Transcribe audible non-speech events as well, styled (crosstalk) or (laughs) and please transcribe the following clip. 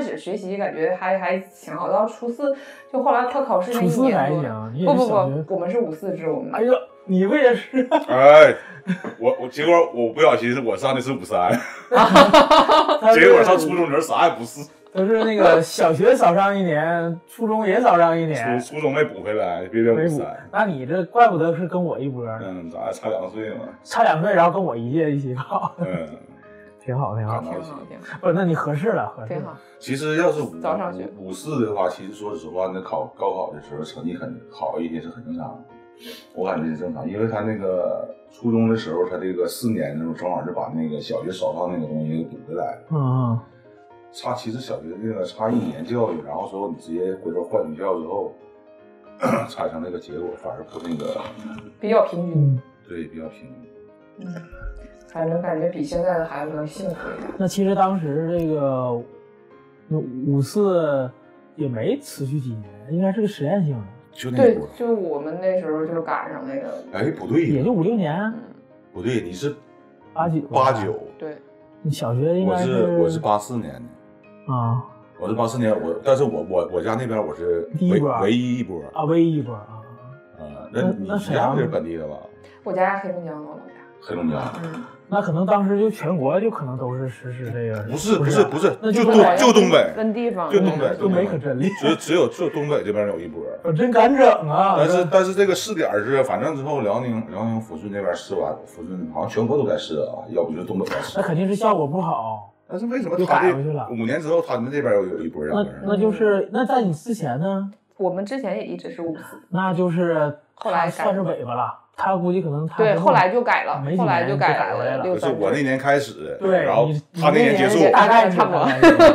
始学习感觉还还挺好，到初四就后来他考试那初一四年还多，行，你也不是不小学。不，我们是五四制，我们哎呦，你不也 (laughs) 是？哎，我我结果我不小心我上的是五三，哎 (laughs) 结果上初中的时候啥也不是，都是那个小学少上一年，初中也少上一初年。初中没补回来，别别哎没五补三。那你这怪不得是跟我一波呢，嗯，咱俩差两岁嘛，差两岁，然后跟我一届一起考，嗯， (laughs) 挺好挺好。挺好挺好不是，那你合适了，合适挺了。好，其实要是五早上学五四的话，其实说实话，那考高考的时候成绩很好一些是很正常的，我感觉是正常，因为他那个初中的时候，他这个四年的时候正好是把那个小学少上那个东西给补回来，嗯嗯，差其实小学那个差一年教育，然后之后你直接回头换学校之后，产生那个结果反而不那个，比较平均，嗯，对，比较平均。嗯，反正感觉比现在的孩子能幸福一点。那其实当时这个五四也没持续几年，应该是个实验性的，就那一对波，，就我们那时候就赶上那个，哎，不对也呀，就五六年，啊嗯，不对，你是八九八九，，对，你小学应我该是我是八四年的。啊我是八四年，我但是我我我家那边我是第一唯波啊唯一一波啊、啊，唯一一波啊。那那你那沈家阳不就是本地的吧？我家黑龙江的，我老家，黑龙江嗯，那可能当时就全国就可能都是实施这个，不是不不是不是那，就就东是好像就东北，分地方，就东北嗯东北可真厉害，只只有只有东北这边有一波。我真敢整啊！但是这但是这个试点是，反正之后辽宁辽宁抚顺这边试完，抚顺好像全国都在试啊，要不就是东北在试那。肯定是效果不好。但是为什么又他改回去了这五年之后他们这边又有一波那两个人？那就是那在你之前呢，我们之前也一直是五四，那就是后来他改算是尾巴了。他估计可能他对，跟后来就改了没，几后来年就改改回来了六就是三我那制，年开始，对，然后你他那你那结束，大概是差不多大概是